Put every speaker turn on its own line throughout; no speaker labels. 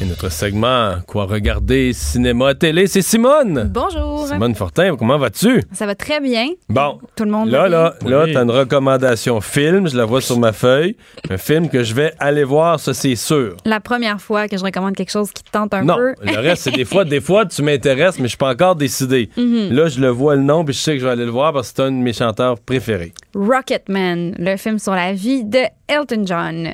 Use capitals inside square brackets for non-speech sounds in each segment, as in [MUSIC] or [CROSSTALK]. Et notre segment Quoi regarder cinéma télé, c'est Simone.
Bonjour.
Simone Fortin, comment vas-tu
Ça va très bien.
Bon.
Tout le monde.
Là,
va bien?
là, là,
Oui.
t'as une recommandation film, je la vois sur ma feuille. Un film que je vais aller voir, ça c'est sûr.
La première fois que je recommande quelque chose qui te tente un
Non,
peu.
le reste, c'est des
[LAUGHS]
fois, des fois, tu m'intéresses, mais je suis pas encore décidé.
Mhm.
Là, je le vois le nom, puis je sais que je vais aller le voir parce que c'est un de mes chanteurs préférés.
Rocketman, le film sur la vie de Elton John.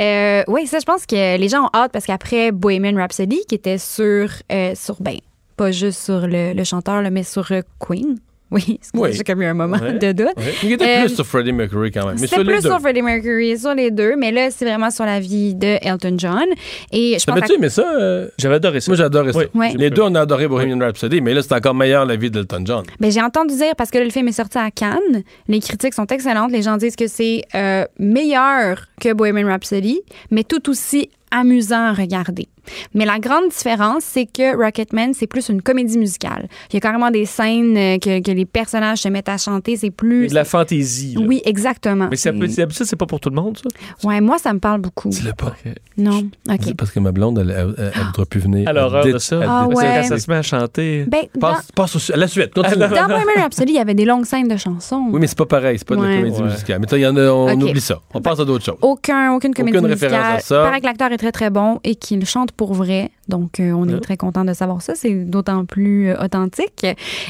Euh, oui, ça, je pense que les gens ont hâte parce qu'après Bohemian Rhapsody, qui était sur, euh, sur ben, pas juste sur le, le chanteur, là, mais sur euh, Queen. [LAUGHS] Oui, excusez,
Oui.
j'ai comme eu un moment
Ouais.
de doute.
Il était
Euh,
plus sur Freddie Mercury quand même. Mais
C'était
sur les
plus
deux.
sur Freddie Mercury, sur les deux, mais là, c'est vraiment sur la vie de Elton John. Et je pense
T'avais-tu aimé ça? euh,
J'avais adoré ça.
Moi, j'adorais ça.
Oui.
Ouais.
Les deux, on a adoré Bohemian Rhapsody, mais là, c'est encore meilleur la vie d'Elton John.
Ben, j'ai entendu dire, parce que là, le film est sorti à Cannes, les critiques sont excellentes, les gens disent que c'est euh, meilleur que Bohemian Rhapsody, mais tout aussi amusant à regarder. Mais la grande différence, c'est que Rocketman, c'est plus une comédie musicale. Il y a carrément des scènes euh, que, que les personnages se mettent à chanter, c'est
Il y
plus...
a de la fantaisie. là.
Oui, exactement.
Mais c'est
Mm.
un peu- c'est- ça, c'est pas pour tout le monde, ça.
Ouais, moi, ça me parle beaucoup.
Dis-le pas.
Non? OK.
Parce que ma blonde, elle, elle, elle- elle ne pourra plus venir.
À l'horreur de ça.
Ah
Parce que
ouais.
Quand ça se met à chanter.
Ben, dans,
Passe, passe au su- à la suite.
[LAUGHS]
Continue.
dans Bohemian Rhapsody, il y avait des longues scènes de chansons.
Oui, mais c'est pas pareil. C'est pas de la
Ouais.
comédie
Ouais.
musicale. Mais t'as- y en a- on
Ok. Oh.
oublie ça. On passe à d'autres choses.
Aucun, aucune comédie
Aucune
musicale.
référence à ça.
Il paraît que l'acteur est très, très bon et qu'il chante pour vrai. Donc, euh, on est très content de savoir ça. C'est d'autant plus euh, authentique.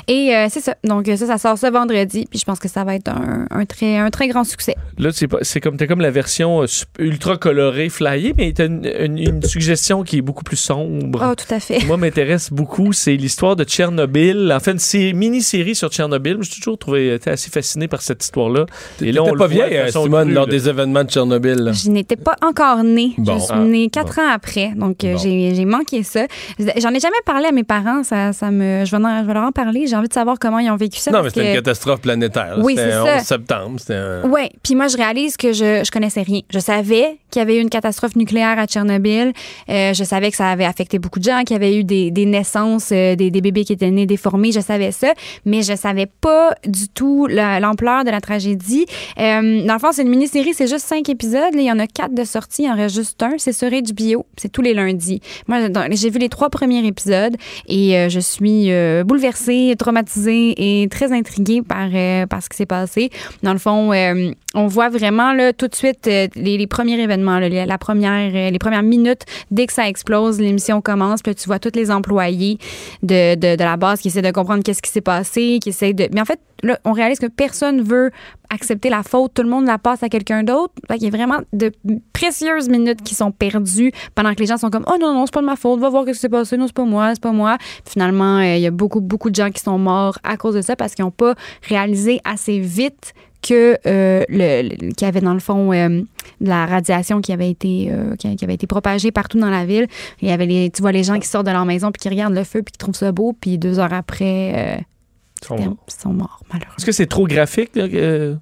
Et euh, c'est ça. Donc, euh, ça, ça sort ce vendredi. Puis je pense que ça va être un, un très, un très grand succès.
Là, c'est pas- c'est comme, t'as comme la version euh, sup- ultra colorée, flyée, mais t'as une, une- une suggestion qui est beaucoup plus sombre.
Oh, tout à fait.
Moi, m'intéresse beaucoup, c'est l'histoire de Tchernobyl. En fait, c'est mini-série sur Tchernobyl. Je suis toujours trouvé euh, t'es assez fasciné par cette histoire-là. Et
T'étais
on
pas
le voit de
vieille, euh,
façon
Simone,
crue,
lors
là.
des événements de Tchernobyl. là.
Je n'étais pas encore née.
Bon.
Je suis
Ah,
née quatre ans après. Donc, euh,
Bon.
j'ai j'ai manqué ça. J'en ai jamais parlé à mes parents. Ça, ça me, je, vais en- je vais leur en parler. J'ai envie de savoir comment ils ont vécu ça.
Non,
parce
mais c'était une
que-
catastrophe planétaire. là.
Oui,
c'était
c'est
un
ça.
11 septembre. C'était un-
Oui, puis moi, je réalise que je, je connaissais rien. Je savais qu'il y avait eu une catastrophe nucléaire à Tchernobyl. Euh, je savais que ça avait affecté beaucoup de gens, qu'il y avait eu des, des naissances, euh, des, des bébés qui étaient nés déformés. Je savais ça, mais je savais pas du tout la- l'ampleur de la tragédie. Euh, dans le fond, c'est une mini-série, c'est juste cinq épisodes. là. Il y en a quatre de sortie, il y en reste juste un. C'est sur HBO, c'est tous les lundis. Moi, dans- j'ai vu les trois premiers épisodes et euh, je suis euh, bouleversée, traumatisée et très intriguée par, euh, par ce qui s'est passé. Dans le fond, euh, on voit vraiment là, tout de suite euh, les, les premiers événements, là, les, la première, euh, les premières minutes. Dès que ça explose, l'émission commence. Puis là, tu vois tous les employés de, de, de la base qui essaient de comprendre qu'est-ce qui s'est passé, qui essaient de. Mais en fait, là, on réalise que personne veut accepter la faute. Tout le monde la passe à quelqu'un d'autre. Il y a vraiment de précieuses minutes qui sont perdues pendant que les gens sont comme Oh non, non, c'est pas de ma faute. Va voir ce qui s'est passé. Non, c'est pas moi, c'est pas moi. Puis finalement, euh, il y a beaucoup, beaucoup de gens qui sont morts à cause de ça parce qu'ils n'ont pas réalisé assez vite que euh, le, le- qu'il y avait dans le fond euh, de la radiation qui avait été euh, qui, qui avait été propagée partout dans la ville. Il y avait les, tu vois les gens qui sortent de leur maison puis qui regardent le feu puis qui trouvent ça beau puis deux heures après euh, ils
Oh.
Est-ce
sont morts malheureusement.
que c'est trop graphique? là, que- euh?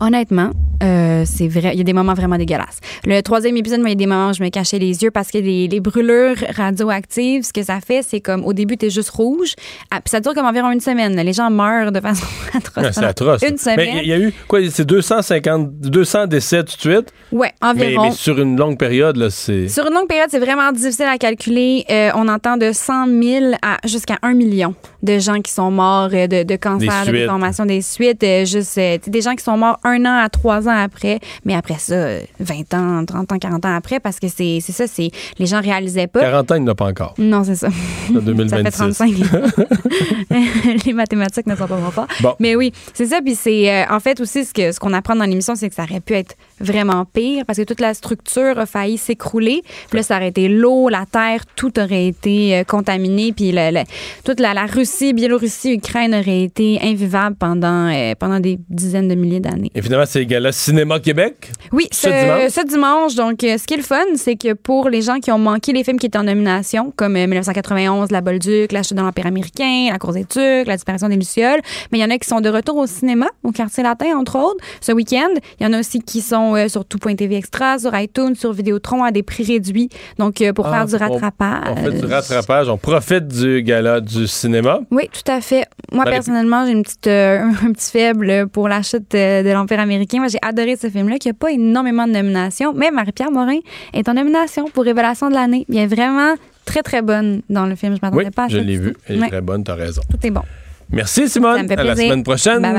Honnêtement, euh, c'est vrai, il y a des moments vraiment dégueulasses. Le troisième épisode, moi, il y a des moments où je me cachais les yeux parce que les, les brûlures radioactives, ce que ça fait, c'est comme au début, t'es juste rouge. Ah, puis ça dure comme environ une semaine. là. Les gens meurent de façon [LAUGHS] atroce.
Ouais, Ah, c'est
pendant
atroce.
Ah, Une
Mais il y a-
semaine.
il y, a eu, quoi, c'est 250, 200 décès tout de suite,
Ouais,
mais,
environ.
mais sur une longue période, là, c'est.
Sur une longue période, c'est vraiment difficile à calculer. Euh, on entend de 100 000 à jusqu'à 1 million de gens qui sont morts euh, de, de cancer,
Des
de
suites.
déformation des suites, euh, juste euh, tu sais, des gens qui sont morts un an à trois ans après, mais après ça, euh, 20 ans, 30 ans, 40 ans après, parce que c'est c'est ça, c'est les gens réalisaient pas.
40 ans, il n'y en a pas
[LAUGHS]
encore.
Non, c'est ça.
En 2026.
Ça fait 35. les mathématiques ne sont pas mon fort.
Bon.
Mais oui, c'est ça. Puis c'est euh, en fait aussi ce que ce qu'on apprend dans l'émission, c'est que ça aurait pu être vraiment pire parce que toute la structure a failli s'écrouler. Puis là, ça aurait été l'eau, la terre, tout aurait été euh, contaminé. Puis la- la- toute la, la Russie, Biélorussie, Ukraine aurait été invivable pendant, euh, pendant des dizaines de milliers d'années.
Et finalement, c'est gala Cinéma Québec.
Oui,
Ce
ce,
dimanche?
ce dimanche. Donc, euh, ce qui est le fun, c'est que pour les gens qui ont manqué les films qui étaient en nomination, comme euh, 1991, La Bolduc, La Chute de l'Empire américain, La Cour des Tucs, La disparition des Lucioles, mais il y en a qui sont de retour au cinéma, au quartier latin, entre autres, ce week-end. Il y en a aussi qui sont euh, sur Tout.tv Extra, sur iTunes, sur Vidéotron à des prix réduits. Donc, euh, pour
Ah,
faire du
on-
rattrapage.
On fait du rattrapage, on profite du gala du cinéma.
Oui, tout à fait. Moi,
Dans les-
personnellement, j'ai une petite, euh, [LAUGHS] un petit faible pour la chute euh, de l'Empire américain. Moi, j'ai adoré ce film-là, qui n'a pas énormément de nominations, mais Marie-Pierre Morin est en nomination pour Révélation de l'année. Bien, vraiment très, très bonne dans le film. Je m'attendais
Oui,
pas à
je
ça
l'ai
du
vu.
tout.
Elle est
Ouais,
très bonne, t'as raison.
tout est bon.
Merci
Ça
Simone.
me fait
À la
plaisir.
semaine prochaine.
Bye-bye.